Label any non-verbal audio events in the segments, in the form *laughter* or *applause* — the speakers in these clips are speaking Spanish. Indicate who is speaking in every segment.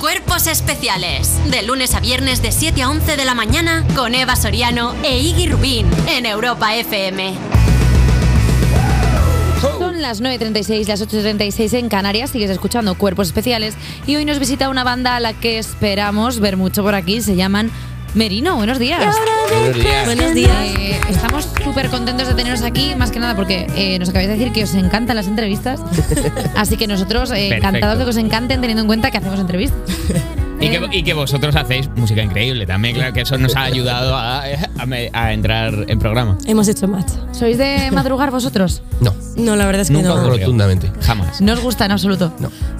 Speaker 1: Cuerpos Especiales. De lunes a viernes de 7 a 11 de la mañana con Eva Soriano e Iggy Rubín en Europa FM.
Speaker 2: Son las 9.36, las 8.36 en Canarias, sigues escuchando Cuerpos Especiales y hoy nos visita una banda a la que esperamos ver mucho por aquí, se llaman Merino, buenos días.
Speaker 3: Buenos días.
Speaker 2: Buenos días. Eh, estamos súper contentos de teneros aquí, más que nada porque eh, nos acabáis de decir que os encantan las
Speaker 4: *laughs*
Speaker 2: entrevistas, así que nosotros eh, encantados de que os encanten teniendo en cuenta que hacemos entrevistas.
Speaker 3: Y que, y que vosotros hacéis música increíble también, claro que eso nos ha ayudado a, a me- a entrar en programa.
Speaker 4: Hemos hecho match.
Speaker 2: ¿Sois
Speaker 4: *laughs*
Speaker 2: de madrugar vosotros?
Speaker 5: No,
Speaker 4: No, la verdad es que
Speaker 5: nunca
Speaker 4: no.
Speaker 5: rotundamente.
Speaker 3: Jamás.
Speaker 2: No os gusta en absoluto.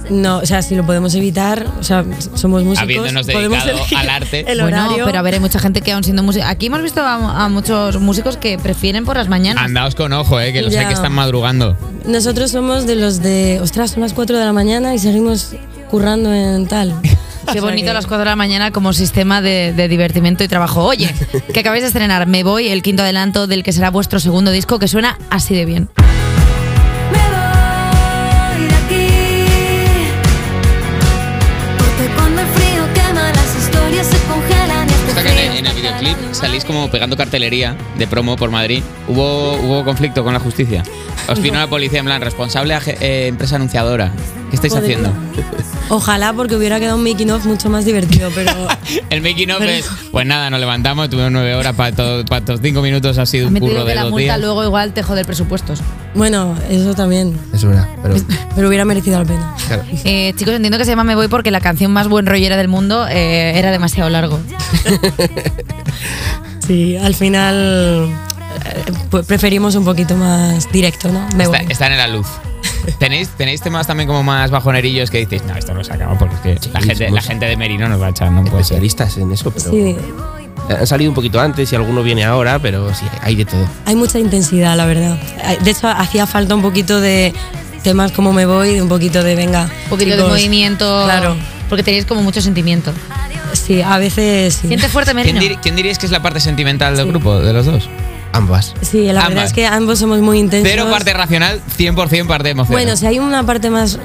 Speaker 4: No, o sea, si lo podemos evitar, o sea, somos músicos.
Speaker 3: Habiéndonos
Speaker 4: podemos
Speaker 3: dedicado *laughs*
Speaker 4: elegir
Speaker 3: al arte.
Speaker 4: El
Speaker 2: bueno,
Speaker 4: horario.
Speaker 2: pero a ver, hay mucha gente que aún siendo música. Aquí hemos visto a, a muchos músicos que prefieren por las mañanas.
Speaker 3: Andaos con ojo, eh, que lo sé
Speaker 4: Ya.
Speaker 3: que están madrugando.
Speaker 4: Nosotros somos de los de, ostras, son las 4 de la mañana y seguimos currando
Speaker 3: *laughs*
Speaker 4: en tal. O
Speaker 2: Qué
Speaker 4: sea
Speaker 2: bonito
Speaker 4: que-
Speaker 2: a las 4 de la mañana como sistema de, de divertimento y trabajo.
Speaker 4: *laughs*
Speaker 2: Oye, que acabáis de estrenar Me Voy, el quinto adelanto del que será vuestro segundo disco, que suena así de bien.
Speaker 6: Me voy de aquí Porque cuando el frío quema las historias se congelan y este
Speaker 3: Hasta que en
Speaker 6: frío
Speaker 3: el, en el
Speaker 6: está
Speaker 3: videoclip
Speaker 6: calado y
Speaker 3: salís como pegando cartelería de promo por Madrid. ¿Hubo, hubo conflicto con la justicia? Os vino la policía en plan, responsable a, empresa anunciadora. ¿Qué estáis
Speaker 4: Joder.
Speaker 3: haciendo?
Speaker 4: *laughs* Ojalá porque hubiera quedado un making of mucho más divertido,
Speaker 3: *laughs*
Speaker 4: pero
Speaker 3: El making of
Speaker 4: Pero-
Speaker 3: es, pues nada, nos levantamos, tuvimos nueve horas para todos para estos cinco minutos, ha sido
Speaker 2: Has
Speaker 3: un
Speaker 2: metido
Speaker 3: curro
Speaker 2: que
Speaker 3: de
Speaker 2: la
Speaker 3: dos
Speaker 2: multa
Speaker 3: días.
Speaker 2: luego igual te jode el presupuestos.
Speaker 4: bueno, eso también.
Speaker 5: Es verdad, pero
Speaker 4: Pero hubiera merecido la pena.
Speaker 5: claro.
Speaker 2: Eh, chicos, entiendo que se llama Me Voy porque la canción más buen rollera del mundo eh, era demasiado largo.
Speaker 4: Sí, al final eh, pues preferimos un poquito más directo, ¿no? Me voy.
Speaker 3: Está- están en
Speaker 2: *laughs*
Speaker 3: la luz. ¿Tenéis, ¿Tenéis temas también como más bajonerillos que dices, no, esto no se acaba porque es que la,
Speaker 5: Sí,
Speaker 3: gente,
Speaker 5: somos
Speaker 3: la gente de Merino nos va a echar, no puede ser.
Speaker 5: Especialistas en eso, pero
Speaker 4: Sí,
Speaker 5: han salido un poquito antes y alguno viene ahora, pero sí, hay de todo.
Speaker 4: hay mucha intensidad, la verdad. Hay- De hecho, hacía falta un poquito de temas como me voy, de un poquito de venga.
Speaker 2: Un poquito de
Speaker 4: chicos.
Speaker 2: movimiento.
Speaker 4: Claro.
Speaker 2: Porque tenéis como mucho sentimiento.
Speaker 4: Sí, a veces. sí.
Speaker 2: Siente fuerte,
Speaker 3: ¿Quién,
Speaker 2: Merino.
Speaker 3: diri- quién diríais que es la parte sentimental del grupo, de los dos?
Speaker 5: Ambas.
Speaker 4: Sí, la
Speaker 3: Ambas.
Speaker 4: verdad es que ambos somos muy intensos.
Speaker 3: Cero parte racional, 100% parte emocional.
Speaker 4: Bueno, si hay una parte más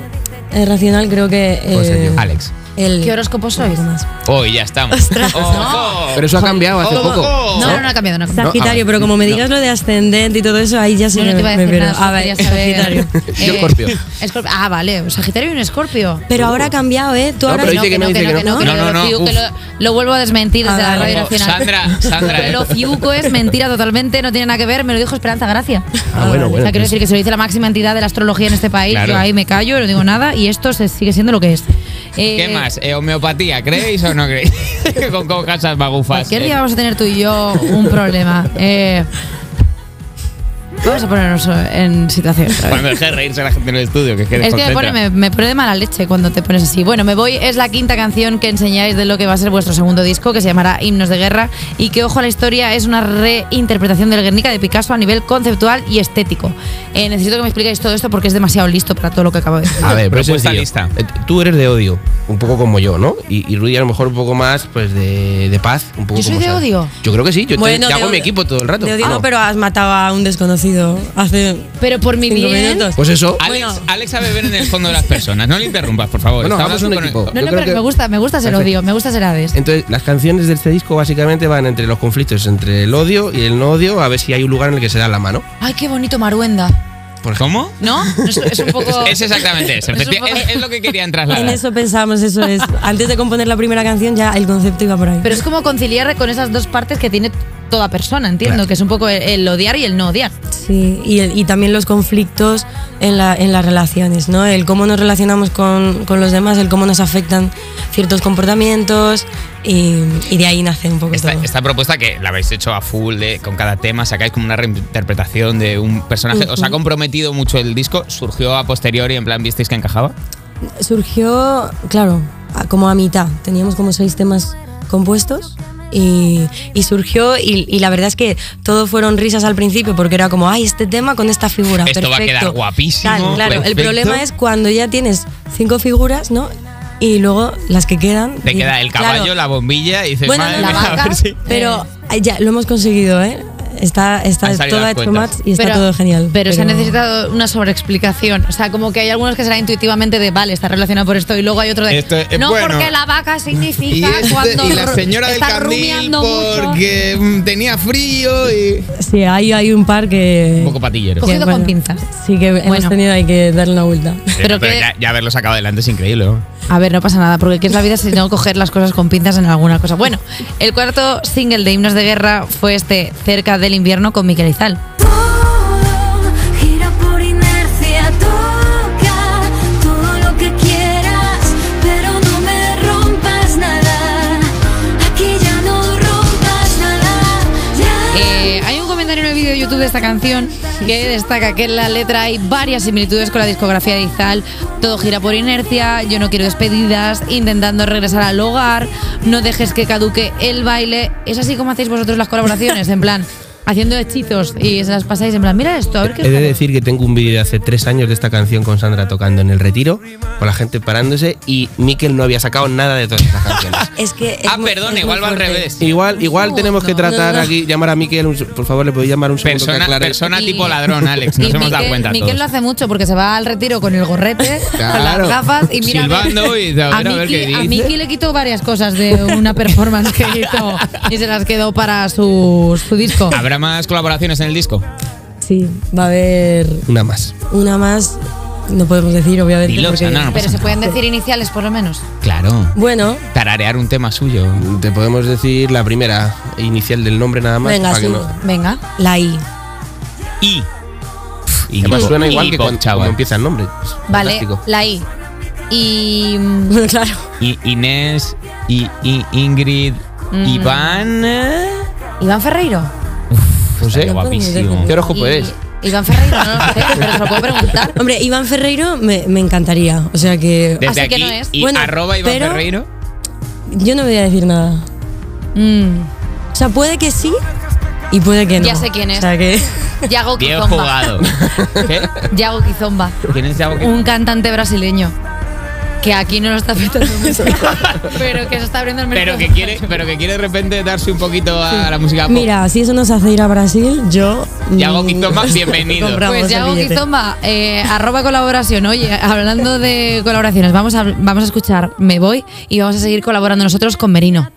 Speaker 4: eh, racional, creo que.
Speaker 5: Pues
Speaker 4: eh,
Speaker 5: yo.
Speaker 3: Alex.
Speaker 4: el-
Speaker 2: ¿Qué horóscopo
Speaker 4: un poco
Speaker 2: sois?
Speaker 4: más.
Speaker 3: Hoy ya estamos. ¡Ojo!
Speaker 5: Pero eso ha cambiado hace
Speaker 3: ¡Ojo!
Speaker 5: poco.
Speaker 2: No, no,
Speaker 4: Oh.
Speaker 2: no ha cambiado, no ha cambiado.
Speaker 5: No,
Speaker 4: Sagitario,
Speaker 5: ah,
Speaker 4: pero como me digas lo de ascendente y todo eso, ahí ya sí
Speaker 2: Yo no
Speaker 4: me,
Speaker 2: te iba a
Speaker 4: me
Speaker 2: decir
Speaker 4: pierdo.
Speaker 2: nada, solo
Speaker 4: A ver,
Speaker 2: quería saber. *laughs*
Speaker 4: Sagitario.
Speaker 2: Eh,
Speaker 5: Yo Escorpio.
Speaker 2: Escorpio. Ah, vale, un Sagitario y un Escorpio.
Speaker 4: Pero ahora ha cambiado, ¿eh? Tú
Speaker 5: No,
Speaker 4: ahora
Speaker 5: pero dice que no, dice que no.
Speaker 2: que
Speaker 3: No,
Speaker 2: lo
Speaker 3: no,
Speaker 2: de
Speaker 3: no,
Speaker 2: Fiu, que
Speaker 3: uf.
Speaker 2: lo- lo vuelvo a desmentir desde
Speaker 4: Ah,
Speaker 2: la radio
Speaker 3: Como
Speaker 2: nacional.
Speaker 3: Sandra, Sandra, eh.
Speaker 2: Lo fiuco es mentira totalmente, no tiene nada que ver, me lo dijo Esperanza Gracia.
Speaker 5: Ah, bueno,
Speaker 2: o
Speaker 5: bueno.
Speaker 2: sea, quiero decir que se lo dice la máxima entidad de la astrología en este país,
Speaker 3: Claro.
Speaker 2: yo ahí me callo, no digo nada y esto se sigue siendo lo que es. Eh,
Speaker 3: ¿Qué más? Eh, ¿Homeopatía? ¿Creéis o no creéis? *laughs* con con casas magufas.
Speaker 2: Cualquier día
Speaker 3: eh.
Speaker 2: vamos a tener tú y yo un problema. Eh, vamos a ponernos en situación. otra vez.
Speaker 3: Bueno, dejé de reírse la gente en el estudio, que es que
Speaker 2: Es que me pone, me,
Speaker 3: desconcentra.
Speaker 2: me pone de mala leche cuando te pones así. Bueno, me voy. Es la quinta canción que enseñáis de lo que va a ser vuestro segundo disco, que se llamará Himnos de Guerra. Y que, ojo a la historia, es una reinterpretación del Guernica de Picasso a nivel conceptual y estético. Eh, necesito que me expliquéis todo esto porque es demasiado listo para todo lo que acabo de decir.
Speaker 5: A ver, pero
Speaker 3: Propuesta
Speaker 5: sencillo.
Speaker 3: lista.
Speaker 5: Eh, Tú eres de odio, un poco como yo, ¿no? Y, y Rudy a lo mejor un poco más, pues de, de paz, un poco
Speaker 2: ¿Yo soy
Speaker 5: como
Speaker 2: de
Speaker 5: Sara.
Speaker 2: odio?
Speaker 5: Yo creo que sí, yo, te-
Speaker 4: Bueno,
Speaker 5: yo
Speaker 4: de
Speaker 5: hago mi
Speaker 4: odio-
Speaker 5: equipo todo el rato.
Speaker 4: Te odio,
Speaker 5: Ah,
Speaker 4: no, pero has matado a un desconocido hace
Speaker 2: *laughs* Pero por mi
Speaker 4: cinco
Speaker 2: bien.
Speaker 4: minutos.
Speaker 5: Pues eso.
Speaker 3: Alex,
Speaker 4: Bueno.
Speaker 3: Alex sabe ver en el fondo de las personas. No le interrumpas, por favor.
Speaker 5: Bueno,
Speaker 3: Estamos
Speaker 5: hagamos un
Speaker 3: con-
Speaker 5: equipo.
Speaker 2: No,
Speaker 5: Yo
Speaker 2: no,
Speaker 5: creo
Speaker 2: pero
Speaker 5: que-
Speaker 2: me gusta, me gusta ser
Speaker 5: Perfecto.
Speaker 2: odio, me gusta ser Hades.
Speaker 5: Entonces, las canciones de este disco básicamente van entre los conflictos entre el odio y el no odio, a ver si hay un lugar en el que se da la mano.
Speaker 2: Ay, qué bonito Maruenda.
Speaker 5: Por ejemplo.
Speaker 3: ¿Cómo?
Speaker 2: ¿No? Es, es un poco.
Speaker 3: *laughs* Es exactamente
Speaker 2: *laughs*
Speaker 3: eso.
Speaker 2: Es un poco-
Speaker 3: Es, es lo que querían *laughs*
Speaker 4: En
Speaker 3: trasladar.
Speaker 4: eso pensamos, eso es. Antes de componer la primera canción, ya el concepto iba por ahí.
Speaker 2: Pero es como conciliar con esas dos partes que tiene toda persona, entiendo,
Speaker 5: Claro.
Speaker 2: que es un poco el- el odiar y el no odiar.
Speaker 4: Sí, y, el- y también los conflictos en, la- en las relaciones, ¿no? El cómo nos relacionamos con, con los demás, el cómo nos afectan ciertos comportamientos y, y de ahí nace un poco
Speaker 3: Esta,
Speaker 4: todo.
Speaker 3: esta propuesta que la habéis hecho a full, de- con cada tema sacáis como una reinterpretación de un personaje. ¿Os ha comprometido mucho el disco? ¿Surgió a posteriori en plan visteis que encajaba?
Speaker 4: Surgió, claro, a- como a mitad. Teníamos como seis temas compuestos y, y surgió y, y la verdad es que todo fueron risas al principio porque era como, ay, este tema con esta figura.
Speaker 3: Esto va a
Speaker 4: perfecto".
Speaker 3: quedar guapísimo,
Speaker 4: Claro, claro. el
Speaker 3: perfecto.
Speaker 4: problema es cuando ya tienes cinco figuras, ¿no? Y luego las que quedan.
Speaker 3: Te
Speaker 4: y-
Speaker 3: queda el caballo,
Speaker 4: claro,
Speaker 3: la bombilla y dices,
Speaker 4: Bueno,
Speaker 3: madre
Speaker 4: la
Speaker 3: mía, *laughs* a
Speaker 2: vaca.
Speaker 3: ver si-
Speaker 4: Pero ya lo hemos conseguido, ¿eh? Está, está
Speaker 3: Han salido
Speaker 4: todo
Speaker 3: las
Speaker 4: hecho
Speaker 3: cuentas.
Speaker 4: match y está todo genial.
Speaker 2: Pero, se ha necesitado una sobreexplicación. O sea, como que hay algunos que será intuitivamente de vale, está relacionado por esto, y luego hay otro de
Speaker 3: Esto es eh,
Speaker 2: no
Speaker 3: bueno".
Speaker 2: porque la vaca significa
Speaker 3: Y, este-
Speaker 2: cuando
Speaker 3: y la señora del
Speaker 2: está
Speaker 3: carril
Speaker 2: rumiando mucho.
Speaker 3: porque mm, tenía frío y.
Speaker 4: Sí, ahí hay un par que.
Speaker 3: Un poco patillero.
Speaker 2: Cogido con pinzas.
Speaker 4: Sí, que hemos
Speaker 2: Bueno.
Speaker 4: tenido ahí que darle una vuelta.
Speaker 2: Pero que-
Speaker 3: ya, ya haberlo sacado adelante es increíble. ¿no?
Speaker 2: A ver, no pasa nada, porque ¿qué es la vida si no coger las cosas con pinzas en alguna cosa? Bueno, el cuarto single de Himnos de Guerra fue este, Cerca del Invierno, con Miquel Izal.
Speaker 6: Todo gira por inercia, toca todo lo que quieras, pero no me rompas nada. Aquí ya no rompas nada. Ya.
Speaker 2: Eh, hay un comentario en el vídeo de YouTube de esta canción que destaca que en la letra hay varias similitudes con la discografía de Izal. Todo gira por inercia, yo no quiero despedidas, intentando regresar al hogar, no dejes que caduque el baile. Es así como hacéis vosotros las colaboraciones, en plan, haciendo hechizos y se las pasáis en plan, mira esto, a ver qué
Speaker 5: He de
Speaker 2: sale".
Speaker 5: decir que tengo un vídeo de hace tres años de esta canción con Sandra tocando en el retiro, con la gente parándose y Miquel no había sacado nada de todas estas
Speaker 4: *laughs*
Speaker 5: canciones.
Speaker 4: Es que. es
Speaker 3: Ah,
Speaker 4: muy-
Speaker 3: perdón,
Speaker 4: es
Speaker 3: igual
Speaker 4: muy
Speaker 3: va al
Speaker 4: fuerte.
Speaker 3: revés.
Speaker 5: Igual, igual tenemos que tratar
Speaker 4: No, no.
Speaker 5: aquí, llamar a Miquel, un se- por favor, le podéis llamar un segundo que
Speaker 3: Persona,
Speaker 5: aclare.
Speaker 3: persona
Speaker 2: Y-
Speaker 3: tipo ladrón, Alex. Nos
Speaker 2: Y
Speaker 3: hemos dado
Speaker 2: Miquel-
Speaker 3: cuenta.
Speaker 2: Miquel
Speaker 3: todos.
Speaker 2: lo hace mucho porque se va al retiro con el
Speaker 5: *laughs*
Speaker 2: gorrete, con
Speaker 5: Claro.
Speaker 2: las gafas y mira.
Speaker 3: Silbando y a
Speaker 2: a,
Speaker 3: ver, a ver
Speaker 2: Miki-
Speaker 3: qué
Speaker 2: a
Speaker 3: dice.
Speaker 2: Miki le quitó varias cosas de una performance que hizo y se las quedó para su, su disco.
Speaker 3: ¿Habrá más colaboraciones en el disco?
Speaker 4: Sí, va a haber
Speaker 5: Una más.
Speaker 4: una más. No podemos decir, obviamente.
Speaker 3: Dilo,
Speaker 4: porque-
Speaker 3: Sana, no pasa
Speaker 2: Pero se
Speaker 3: nada.
Speaker 2: pueden decir iniciales por lo menos.
Speaker 3: Claro.
Speaker 4: Bueno,
Speaker 3: Tararear un tema suyo.
Speaker 5: Te podemos decir la primera inicial del nombre nada más.
Speaker 4: Venga,
Speaker 5: para que
Speaker 4: sí.
Speaker 5: no-
Speaker 2: Venga.
Speaker 4: la I.
Speaker 3: Y. Y
Speaker 5: Además, suena igual que
Speaker 3: pop,
Speaker 5: cuando,
Speaker 3: chaval.
Speaker 5: como empieza el nombre. Es
Speaker 2: Vale,
Speaker 5: fantástico.
Speaker 2: la I. Y. mm,
Speaker 4: Bueno, *laughs* claro.
Speaker 3: I- Inés, y, y Ingrid,
Speaker 2: Mm.
Speaker 3: Iván. eh,
Speaker 2: Iván Ferreiro.
Speaker 5: No sé.
Speaker 3: estaría Pues eh, guapísimo.
Speaker 5: ¿Qué horóscopo
Speaker 2: Y-
Speaker 5: eres?
Speaker 2: Iván Ferreiro, no lo sé, pero se lo puedo preguntar.
Speaker 4: Hombre, Iván Ferreiro me, me encantaría. O sea que.
Speaker 3: Desde
Speaker 2: Así
Speaker 3: aquí,
Speaker 2: que no es.
Speaker 3: y
Speaker 4: Bueno,
Speaker 3: arroba Iván
Speaker 4: pero-
Speaker 3: Ferreiro.
Speaker 4: Yo no voy a decir nada.
Speaker 2: Mm,
Speaker 4: O sea, puede que sí y puede que no.
Speaker 2: Ya sé quién es.
Speaker 4: O sea que. *laughs*
Speaker 2: Yago
Speaker 3: Bien
Speaker 2: Quizomba. *laughs*
Speaker 3: jugado. ¿Qué?
Speaker 2: Yago Quizomba.
Speaker 3: ¿Quién es Yago?
Speaker 2: un cantante brasileño que aquí no lo está afectando mucho, pero que se está abriendo el mercado. Pues
Speaker 3: Pero que quiere, pero que quiere de repente darse un poquito a la música pop.
Speaker 4: Mira, si eso nos hace ir a Brasil, yo.
Speaker 3: Yago
Speaker 4: mm,
Speaker 3: Quizomba, bienvenido.
Speaker 4: compramos
Speaker 2: Pues
Speaker 4: el
Speaker 2: Yago
Speaker 4: billete.
Speaker 2: Quizomba, eh, arroba colaboración. Oye, hablando de colaboraciones, vamos a, vamos a escuchar Me Voy y vamos a seguir colaborando nosotros con Merino.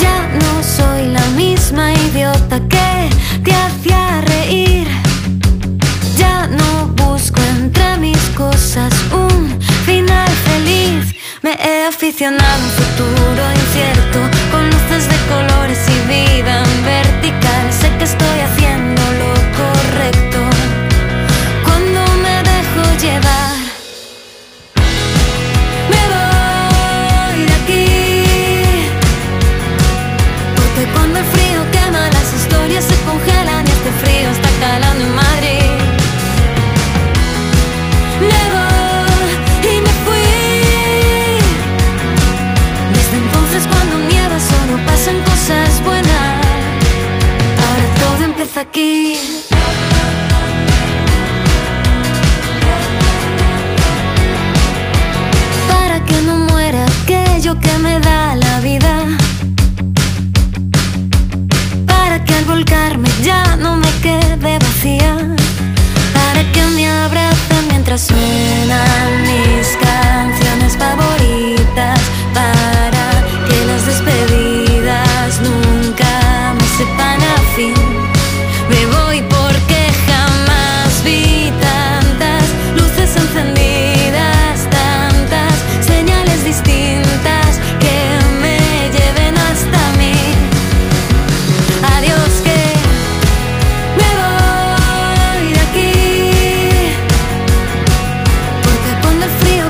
Speaker 6: Ya no soy la misma idiota que te hacía reír. Ya no busco entre mis cosas un final feliz. Me he aficionado a un futuro incierto, con luces de colores y vida en vertical. Sé que estoy haciendo lo correcto cuando me dejo llevar. Me voy de aquí. Porque cuando el frío quema las historias se congelan y este frío está calando en Madrid. Me voy y me fui. Desde entonces cuando nieva solo pasan cosas buenas. Ahora todo empieza aquí. Para que no muera aquello que me da la vida para que al volcarme ya no me quede vacía, para que me abracen mientras suenan mis canciones favoritas, para que las despedidas nunca me sepan a fin. Me voy porque jamás vi tantas luces encendidas, tantas señales distintas que me lleven hasta mí. Adiós que me voy de aquí Porque cuando el frío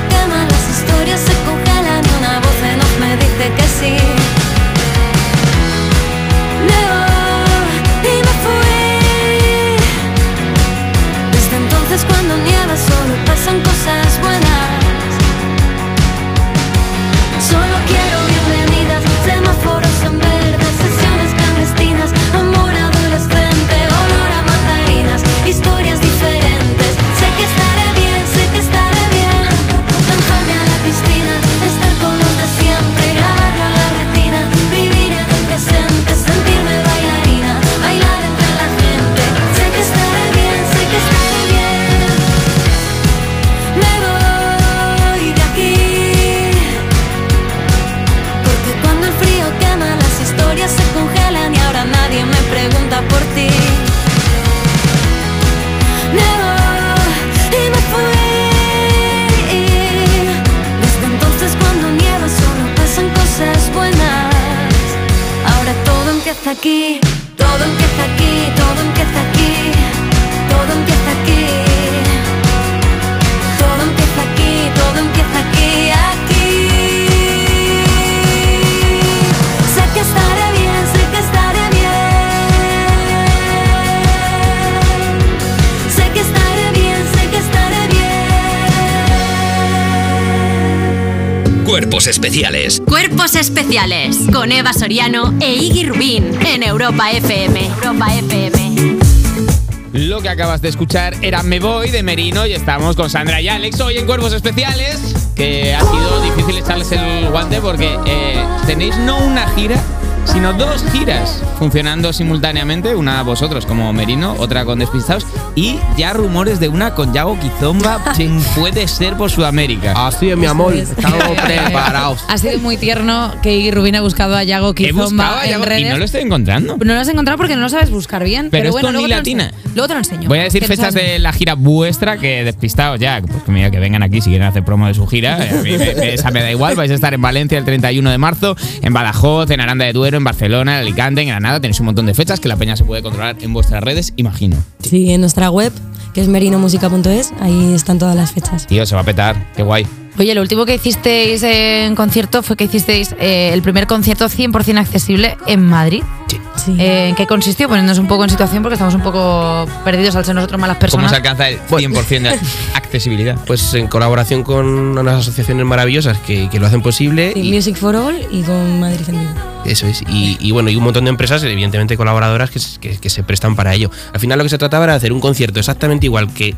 Speaker 6: aquí, todo empieza aquí, todo empieza aquí, todo empieza aquí. Todo empieza aquí, todo empieza aquí, aquí. Sé que estaré bien, sé que estaré bien. Sé que estaré bien, sé que estaré bien.
Speaker 7: Cuerpos especiales
Speaker 1: Cuerpos especiales con Eva Soriano e Iggy Rubín en Europa FM. Europa FM.
Speaker 3: Lo que acabas de escuchar era Me Voy de Merino y estamos con Sandra y Alex hoy en Cuervos Especiales, que ha sido difícil echarles el guante porque eh, tenéis no una gira, sino dos giras funcionando simultáneamente, una vosotros como Merino, otra con Despistados y ya rumores de una con Yago Quizomba,
Speaker 2: *laughs*
Speaker 3: quien puede ser por Sudamérica.
Speaker 2: Ah.
Speaker 5: Así es, mi amor.
Speaker 4: es. *laughs*
Speaker 5: Estamos
Speaker 2: *laughs*
Speaker 5: preparados.
Speaker 2: Ha sido muy tierno que Iggy Rubín ha buscado a Yago
Speaker 3: He buscado
Speaker 2: Kizomba
Speaker 3: a
Speaker 2: en
Speaker 3: Yago y
Speaker 2: redes.
Speaker 3: no lo estoy encontrando.
Speaker 2: No lo has encontrado porque no lo sabes buscar bien.
Speaker 3: Pero
Speaker 2: Pero,
Speaker 3: es
Speaker 2: bueno,
Speaker 3: con
Speaker 2: luego
Speaker 3: I
Speaker 2: te lo ense-
Speaker 3: latina.
Speaker 2: Luego te lo enseño.
Speaker 3: Voy a decir
Speaker 2: que tú
Speaker 3: fechas
Speaker 2: sabes
Speaker 3: de la gira vuestra que despistados ya, pues que mira que vengan aquí si quieren hacer promo de su gira, eh, a mí me- me- esa me da igual, vais a estar en Valencia el 31 de marzo, en Badajoz, en Aranda de Duero, en Barcelona, en Alicante, en Granada, tenéis un montón de fechas que la peña se puede controlar en vuestras redes, imagino.
Speaker 4: Sí, en nuestra web, que es merinomusica.es, ahí están todas las fechas.
Speaker 3: Tío, se va a petar, qué guay.
Speaker 2: Oye, lo último que hicisteis en concierto fue que hicisteis eh, el primer concierto 100% accesible en Madrid.
Speaker 4: Sí.
Speaker 2: Eh, ¿En qué consistió? Poniéndonos un poco en situación porque estamos un poco perdidos al ser nosotros malas
Speaker 3: ¿Cómo
Speaker 2: personas.
Speaker 3: se alcanza el
Speaker 2: *laughs*
Speaker 3: 100% de accesibilidad?
Speaker 5: Pues en colaboración con unas asociaciones maravillosas que, que lo hacen posible.
Speaker 4: Sí,
Speaker 5: y-
Speaker 4: Music for All y con Madrid en vivo.
Speaker 5: Eso es. Y, y bueno, y un montón de empresas, evidentemente colaboradoras, que, se- que- que se prestan para ello. Al final lo que se trataba era de hacer un concierto exactamente igual que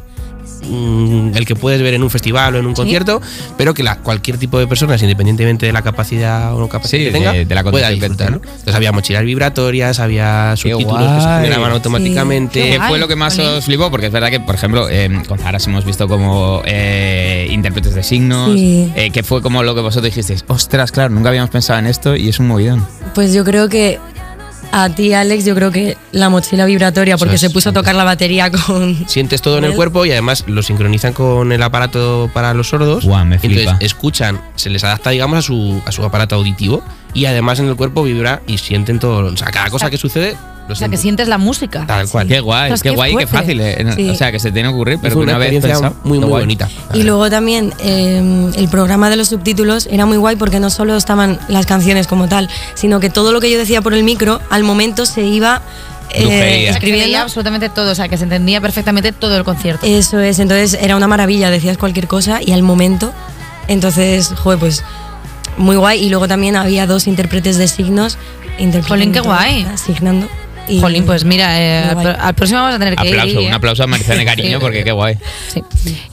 Speaker 5: mm, el que puedes ver en un festival o en un concierto, pero que la, cualquier tipo de personas, independientemente de la capacidad o no capacidad
Speaker 3: Sí,
Speaker 5: que tenga,
Speaker 3: de- de la
Speaker 5: pueda
Speaker 3: condición que
Speaker 5: disfrutarlo.
Speaker 3: tenga.
Speaker 5: Entonces había mochilas vibratorias, había subtítulos que se
Speaker 3: guay.
Speaker 5: generaban automáticamente.
Speaker 2: Sí.
Speaker 3: Que
Speaker 2: Guay,
Speaker 3: fue lo que más
Speaker 2: jolín.
Speaker 3: os flipó, porque es verdad que, por ejemplo, eh, con Zaras hemos visto como eh, intérpretes de signos,
Speaker 4: Sí.
Speaker 3: eh, que fue como lo que vosotros dijisteis, ostras, claro, nunca habíamos pensado en esto y es un movidón.
Speaker 4: Pues yo creo que a ti, Alex, yo creo que la mochila vibratoria, porque
Speaker 5: es.
Speaker 4: se puso a tocar la batería con.
Speaker 5: Sientes todo en el
Speaker 4: Él.
Speaker 5: cuerpo y además lo sincronizan con el aparato para los sordos.
Speaker 3: Guau, me
Speaker 5: Entonces
Speaker 3: flipa.
Speaker 5: escuchan, se les adapta, digamos, a su, a su aparato auditivo y además en el cuerpo vibra y sienten todo. O sea, cada cosa que sucede lo
Speaker 2: O sea, que
Speaker 5: sienten.
Speaker 2: sientes la música.
Speaker 5: Tal cual.
Speaker 3: Qué guay,
Speaker 2: Ostras,
Speaker 3: qué
Speaker 2: qué
Speaker 3: guay, qué
Speaker 2: fuerte.
Speaker 3: fácil. eh, no-
Speaker 4: Sí.
Speaker 3: O sea, que se tiene que ocurrir, pero
Speaker 5: Fue
Speaker 3: que una, vez
Speaker 5: experiencia
Speaker 3: pensado,
Speaker 5: muy,
Speaker 3: qué
Speaker 5: muy
Speaker 3: guay.
Speaker 5: bonita.
Speaker 4: *laughs* Y luego también eh, el programa de los subtítulos era muy guay porque no solo estaban las canciones como tal, sino que todo lo que yo decía por el micro al momento se iba eh,
Speaker 3: Brujería.
Speaker 2: Escribía
Speaker 4: escribiendo.
Speaker 2: absolutamente todo, o sea, que se entendía perfectamente todo el concierto.
Speaker 4: Eso es, entonces era una maravilla, decías cualquier cosa y al momento. Entonces, joder, pues muy guay. Y luego también había dos intérpretes de signos. interpretando
Speaker 2: Jolín, qué
Speaker 4: todo,
Speaker 2: guay.
Speaker 4: Asignando. y-
Speaker 2: Jolín, pues mira, eh,
Speaker 4: Muy
Speaker 2: al,
Speaker 4: guay.
Speaker 2: pro- al próximo vamos a tener que ir. eh.
Speaker 3: Aplauso, un aplauso a Marizane Cariño,
Speaker 2: Sí.
Speaker 3: porque qué guay.
Speaker 2: Sí.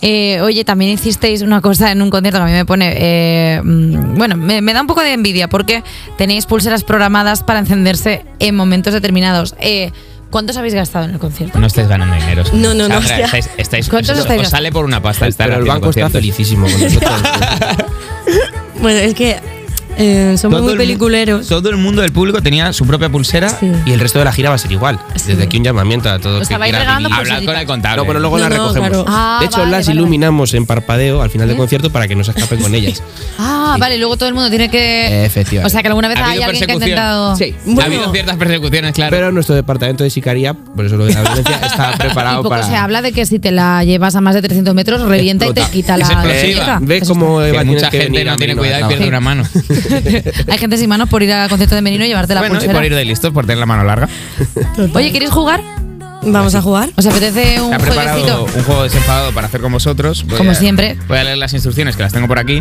Speaker 2: Eh, oye, también hicisteis una cosa en un concierto que a mí me pone. eh, mm, bueno, me, me da un poco de envidia porque tenéis pulseras programadas para encenderse en momentos determinados. Eh, ¿Cuántos habéis gastado en el concierto?
Speaker 3: No estáis ganando dinero.
Speaker 4: No, no, no,
Speaker 3: Sandra,
Speaker 4: o sea-
Speaker 3: estáis, estáis,
Speaker 2: ¿Cuántos
Speaker 3: os-
Speaker 2: estáis
Speaker 3: os sale por una pasta. estar
Speaker 5: Pero el
Speaker 3: haciendo
Speaker 5: banco está
Speaker 3: conciertos.
Speaker 5: felicísimo
Speaker 2: *laughs*
Speaker 5: con nosotros.
Speaker 4: Bueno, es que eh, somos
Speaker 3: Todo
Speaker 4: muy
Speaker 3: el mu-
Speaker 4: peliculeros.
Speaker 3: Todo el mundo del público tenía su propia pulsera.
Speaker 4: Sí.
Speaker 5: y el resto de la gira va a ser igual.
Speaker 4: Sí.
Speaker 5: Desde aquí un llamamiento a todos
Speaker 2: Os
Speaker 5: los que
Speaker 2: estabais
Speaker 5: quieran
Speaker 2: regalando
Speaker 5: vivir.
Speaker 3: Hablad con eh. el contable.
Speaker 5: No, pero luego
Speaker 4: No,
Speaker 5: las
Speaker 4: no,
Speaker 5: recogemos.
Speaker 4: claro.
Speaker 2: Ah,
Speaker 5: de hecho,
Speaker 2: vale,
Speaker 5: las
Speaker 2: vale, ¿Eh?
Speaker 5: iluminamos en parpadeo al final del concierto para que no se escapen
Speaker 2: *laughs*
Speaker 5: con ellas.
Speaker 2: Ah, vale, luego todo el mundo tiene que.
Speaker 5: Efectivamente.
Speaker 2: O sea, que alguna vez
Speaker 3: Ha
Speaker 2: hay
Speaker 3: habido
Speaker 2: alguien que ha
Speaker 3: persecución.
Speaker 2: intentado.
Speaker 3: Ha habido ciertas persecuciones, claro.
Speaker 5: Pero nuestro departamento de sicaría, por eso lo de
Speaker 3: *laughs*
Speaker 5: la violencia, está
Speaker 2: Y
Speaker 5: preparado
Speaker 2: poco
Speaker 5: para.
Speaker 2: se habla de que si te la llevas a más de 300 metros, revienta y
Speaker 5: Explota.
Speaker 2: te quita
Speaker 3: Es
Speaker 2: la
Speaker 3: explosiva.
Speaker 2: muñeca.
Speaker 5: Ve
Speaker 2: Eso
Speaker 5: cómo
Speaker 3: Que
Speaker 5: Eva tiene
Speaker 3: mucha
Speaker 5: que
Speaker 3: gente
Speaker 5: venir a
Speaker 3: no tiene
Speaker 5: Merino
Speaker 3: cuidado y
Speaker 5: Alcázar.
Speaker 3: pierde una mano.
Speaker 2: está. *laughs* Hay gente sin manos por ir al concierto de Merino y llevarte la
Speaker 3: Bueno, y
Speaker 2: pulsera.
Speaker 3: por ir de listos, por tener la mano larga.
Speaker 2: Oye, ¿queréis jugar?
Speaker 4: Vamos a jugar.
Speaker 2: ¿Os apetece un
Speaker 3: ha preparado
Speaker 2: jueguecito?
Speaker 3: un juego desenfadado para hacer con vosotros. Voy
Speaker 2: Como
Speaker 3: a-
Speaker 2: siempre.
Speaker 3: Voy a leer las instrucciones que las tengo por aquí.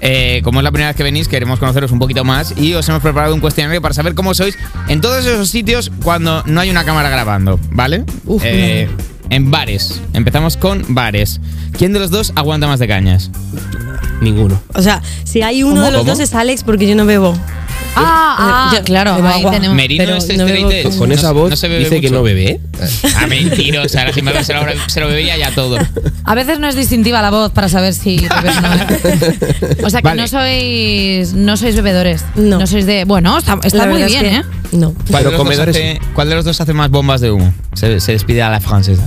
Speaker 3: Eh, como es la primera vez que venís, queremos conoceros un poquito más y os hemos preparado un cuestionario para saber cómo sois en todos esos sitios cuando no hay una cámara grabando, ¿vale?
Speaker 4: Uf,
Speaker 3: Eh, en bares. Empezamos con bares. ¿Quién de los dos aguanta más de cañas?
Speaker 5: Ninguno.
Speaker 4: O sea, si hay uno de los
Speaker 3: ¿Cómo?
Speaker 4: dos es Alex porque yo no bebo.
Speaker 2: Ah, ah
Speaker 4: Yo-
Speaker 2: claro,
Speaker 4: bebo
Speaker 2: ahí
Speaker 4: agua.
Speaker 2: tenemos.
Speaker 3: Merino
Speaker 4: pero
Speaker 3: es
Speaker 4: no
Speaker 3: straight
Speaker 4: bebo-
Speaker 3: edge.
Speaker 5: Con
Speaker 3: Pues No
Speaker 5: esa
Speaker 3: se-
Speaker 5: voz
Speaker 3: no se bebe
Speaker 5: dice que
Speaker 3: mucho.
Speaker 5: no bebé. ¿eh?
Speaker 3: Ah, mentiros. Ahora si me se lo, se lo bebería ya
Speaker 5: *laughs*
Speaker 3: todo.
Speaker 2: A veces no es distintiva la voz para saber
Speaker 4: *laughs*
Speaker 2: si bebes o no. ¿eh? O sea que
Speaker 3: Vale.
Speaker 2: no sois no sois bebedores.
Speaker 4: No.
Speaker 2: sois de. Bueno, está, está
Speaker 4: La
Speaker 2: muy
Speaker 4: verdad es
Speaker 2: bien,
Speaker 4: que
Speaker 2: ¿eh?
Speaker 4: No.
Speaker 3: ¿Cuál de,
Speaker 5: Pero
Speaker 3: los dos
Speaker 5: comedores
Speaker 3: hace, cuál de los dos hace más bombas de humo? Se, se despide a la francesa.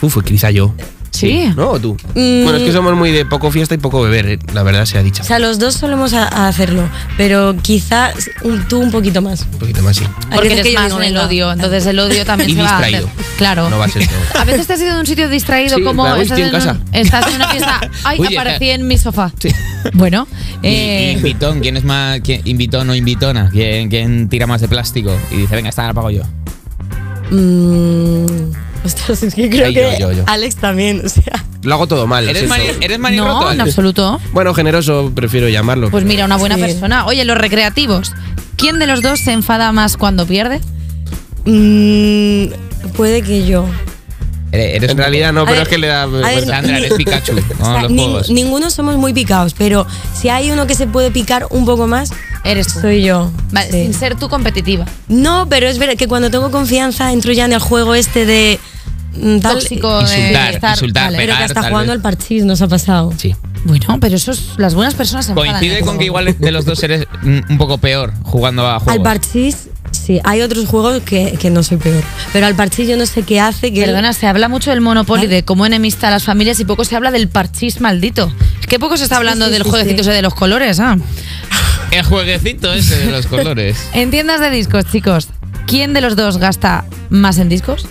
Speaker 5: Uf, quizá yo.
Speaker 2: Sí. Mm.
Speaker 5: ¿No? ¿O tú? Bueno, es que somos muy de poco fiesta y poco beber, eh, la verdad sea dicha.
Speaker 4: O sea, los dos solemos a, a hacerlo, pero quizá un- tú un poquito más.
Speaker 5: Un poquito más, sí.
Speaker 4: Hay
Speaker 2: Porque
Speaker 4: veces
Speaker 2: eres
Speaker 4: que yo
Speaker 2: más
Speaker 4: digo,
Speaker 2: en el
Speaker 4: venga.
Speaker 2: odio, entonces el odio también
Speaker 5: Y
Speaker 2: se va a
Speaker 5: distraído.
Speaker 2: hacer. Claro.
Speaker 5: No va a
Speaker 2: *laughs*
Speaker 5: ser todo.
Speaker 2: A veces te has ido a un sitio distraído
Speaker 5: Sí,
Speaker 2: como
Speaker 5: claro,
Speaker 2: estás
Speaker 5: estoy en
Speaker 2: en, un-
Speaker 5: casa.
Speaker 2: estás en una fiesta. Ay,
Speaker 3: Oye,
Speaker 2: aparecí en mi sofá.
Speaker 5: Sí.
Speaker 2: Bueno,
Speaker 3: Y- y
Speaker 2: eh,
Speaker 3: invitón, ¿quién es más quién, invitón o invitona? ¿Quién, quién tira más de plástico? Y dice, venga, esta la pago yo.
Speaker 4: Mm, *laughs* ostras, es que creo
Speaker 5: Ahí yo,
Speaker 4: que
Speaker 5: yo, yo.
Speaker 4: Alex también, o sea.
Speaker 5: Lo hago todo mal. lo
Speaker 3: ¿Eres,
Speaker 5: siento.
Speaker 3: mani- eres manirroto?
Speaker 2: no, en absoluto.
Speaker 5: Bueno, generoso prefiero llamarlo.
Speaker 2: Pues mira, una buena
Speaker 4: Sí.
Speaker 2: persona. Oye, los recreativos. ¿Quién de los dos se enfada más cuando pierde?
Speaker 4: mm, puede que yo.
Speaker 3: Eres- eres
Speaker 5: en
Speaker 3: un-
Speaker 5: realidad no,
Speaker 4: A
Speaker 5: pero
Speaker 4: ver,
Speaker 5: es que le da...
Speaker 4: ver,
Speaker 5: vergüenza.
Speaker 3: Sandra, eres Pikachu.
Speaker 4: *laughs* O
Speaker 3: ¿no?
Speaker 4: sea,
Speaker 3: Los
Speaker 4: nin-
Speaker 3: juegos.
Speaker 4: ninguno somos muy picados, pero si hay uno que se puede picar un poco más,
Speaker 2: Eres tú.
Speaker 4: soy yo.
Speaker 2: Vale,
Speaker 4: Sí.
Speaker 2: sin ser tú competitiva.
Speaker 4: No, pero es verdad que cuando tengo confianza entro ya en el juego este de. mm, tal-
Speaker 2: Tóxico, eh,
Speaker 3: Insultar,
Speaker 2: estar-
Speaker 3: insultar,
Speaker 2: vale.
Speaker 4: Pero que
Speaker 3: pegar,
Speaker 4: hasta
Speaker 3: tal eh.
Speaker 4: jugando
Speaker 3: vez.
Speaker 4: al parchís nos ha pasado.
Speaker 5: Sí.
Speaker 2: Bueno, pero eso es, las buenas personas se enfadan.
Speaker 3: Coincide
Speaker 2: ¿eh?
Speaker 3: con que igual de los dos eres mm, un poco peor jugando a juegos.
Speaker 4: Al parchís, sí, hay otros juegos que, que no soy peor. Pero al parchís yo no sé qué hace. Que
Speaker 2: Perdona, se habla mucho del Monopoly,
Speaker 4: Vale.
Speaker 2: de cómo enemista a las familias y poco se habla del parchís maldito. Es que poco se está hablando
Speaker 4: sí,
Speaker 2: del
Speaker 4: sí,
Speaker 2: jueguecito
Speaker 4: sí.
Speaker 2: ese de los colores, ¿ah?
Speaker 3: El jueguecito ese de los
Speaker 4: *laughs*
Speaker 3: colores.
Speaker 2: En tiendas de discos, chicos, ¿quién de los dos gasta más en
Speaker 3: *laughs*
Speaker 2: discos?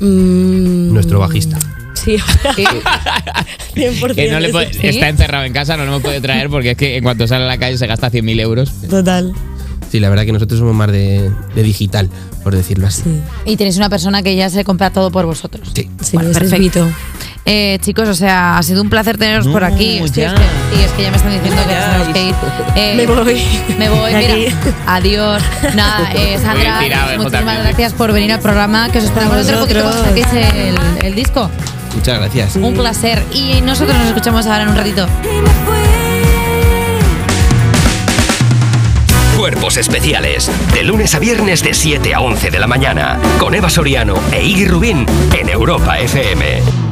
Speaker 4: Mm,
Speaker 5: Nuestro bajista.
Speaker 4: Sí, *laughs* 100%.
Speaker 3: que no le puede-
Speaker 4: sí.
Speaker 3: está encerrado en casa, no lo puede traer porque es que en cuanto sale a la calle se gasta 100.000 euros.
Speaker 4: Total.
Speaker 5: Sí, la verdad que nosotros somos más de, de digital, por decirlo así.
Speaker 4: Sí,
Speaker 2: Y tenéis una persona que ya se compra todo por vosotros.
Speaker 5: Sí.
Speaker 4: sí,
Speaker 2: Bueno,
Speaker 4: ese es
Speaker 2: perfecto.
Speaker 4: Vito.
Speaker 2: Eh, chicos, o sea, ha sido un placer teneros por aquí. Estoy-
Speaker 3: Mm, ya.
Speaker 2: y es que ya me están diciendo que nos tenemos
Speaker 3: *laughs*
Speaker 2: que ir. Eh,
Speaker 4: Me voy.
Speaker 2: Me voy,
Speaker 4: De aquí.
Speaker 2: mira. Adiós.
Speaker 4: *laughs*
Speaker 2: Nada, eh, Sandra,
Speaker 3: Muy bien tirado, eh,
Speaker 2: muchísimas
Speaker 3: también.
Speaker 2: gracias por venir al programa. Que os esperamos dentro de poquito cuando
Speaker 4: vosotros.
Speaker 2: saquéis el, el disco.
Speaker 5: Muchas gracias.
Speaker 2: Un placer. Y nosotros nos escuchamos ahora en un ratito.
Speaker 6: Y me fui.
Speaker 7: Cuerpos especiales. De lunes a viernes de 7 a 11 de la mañana. Con Eva Soriano e Iggy Rubín en Europa FM.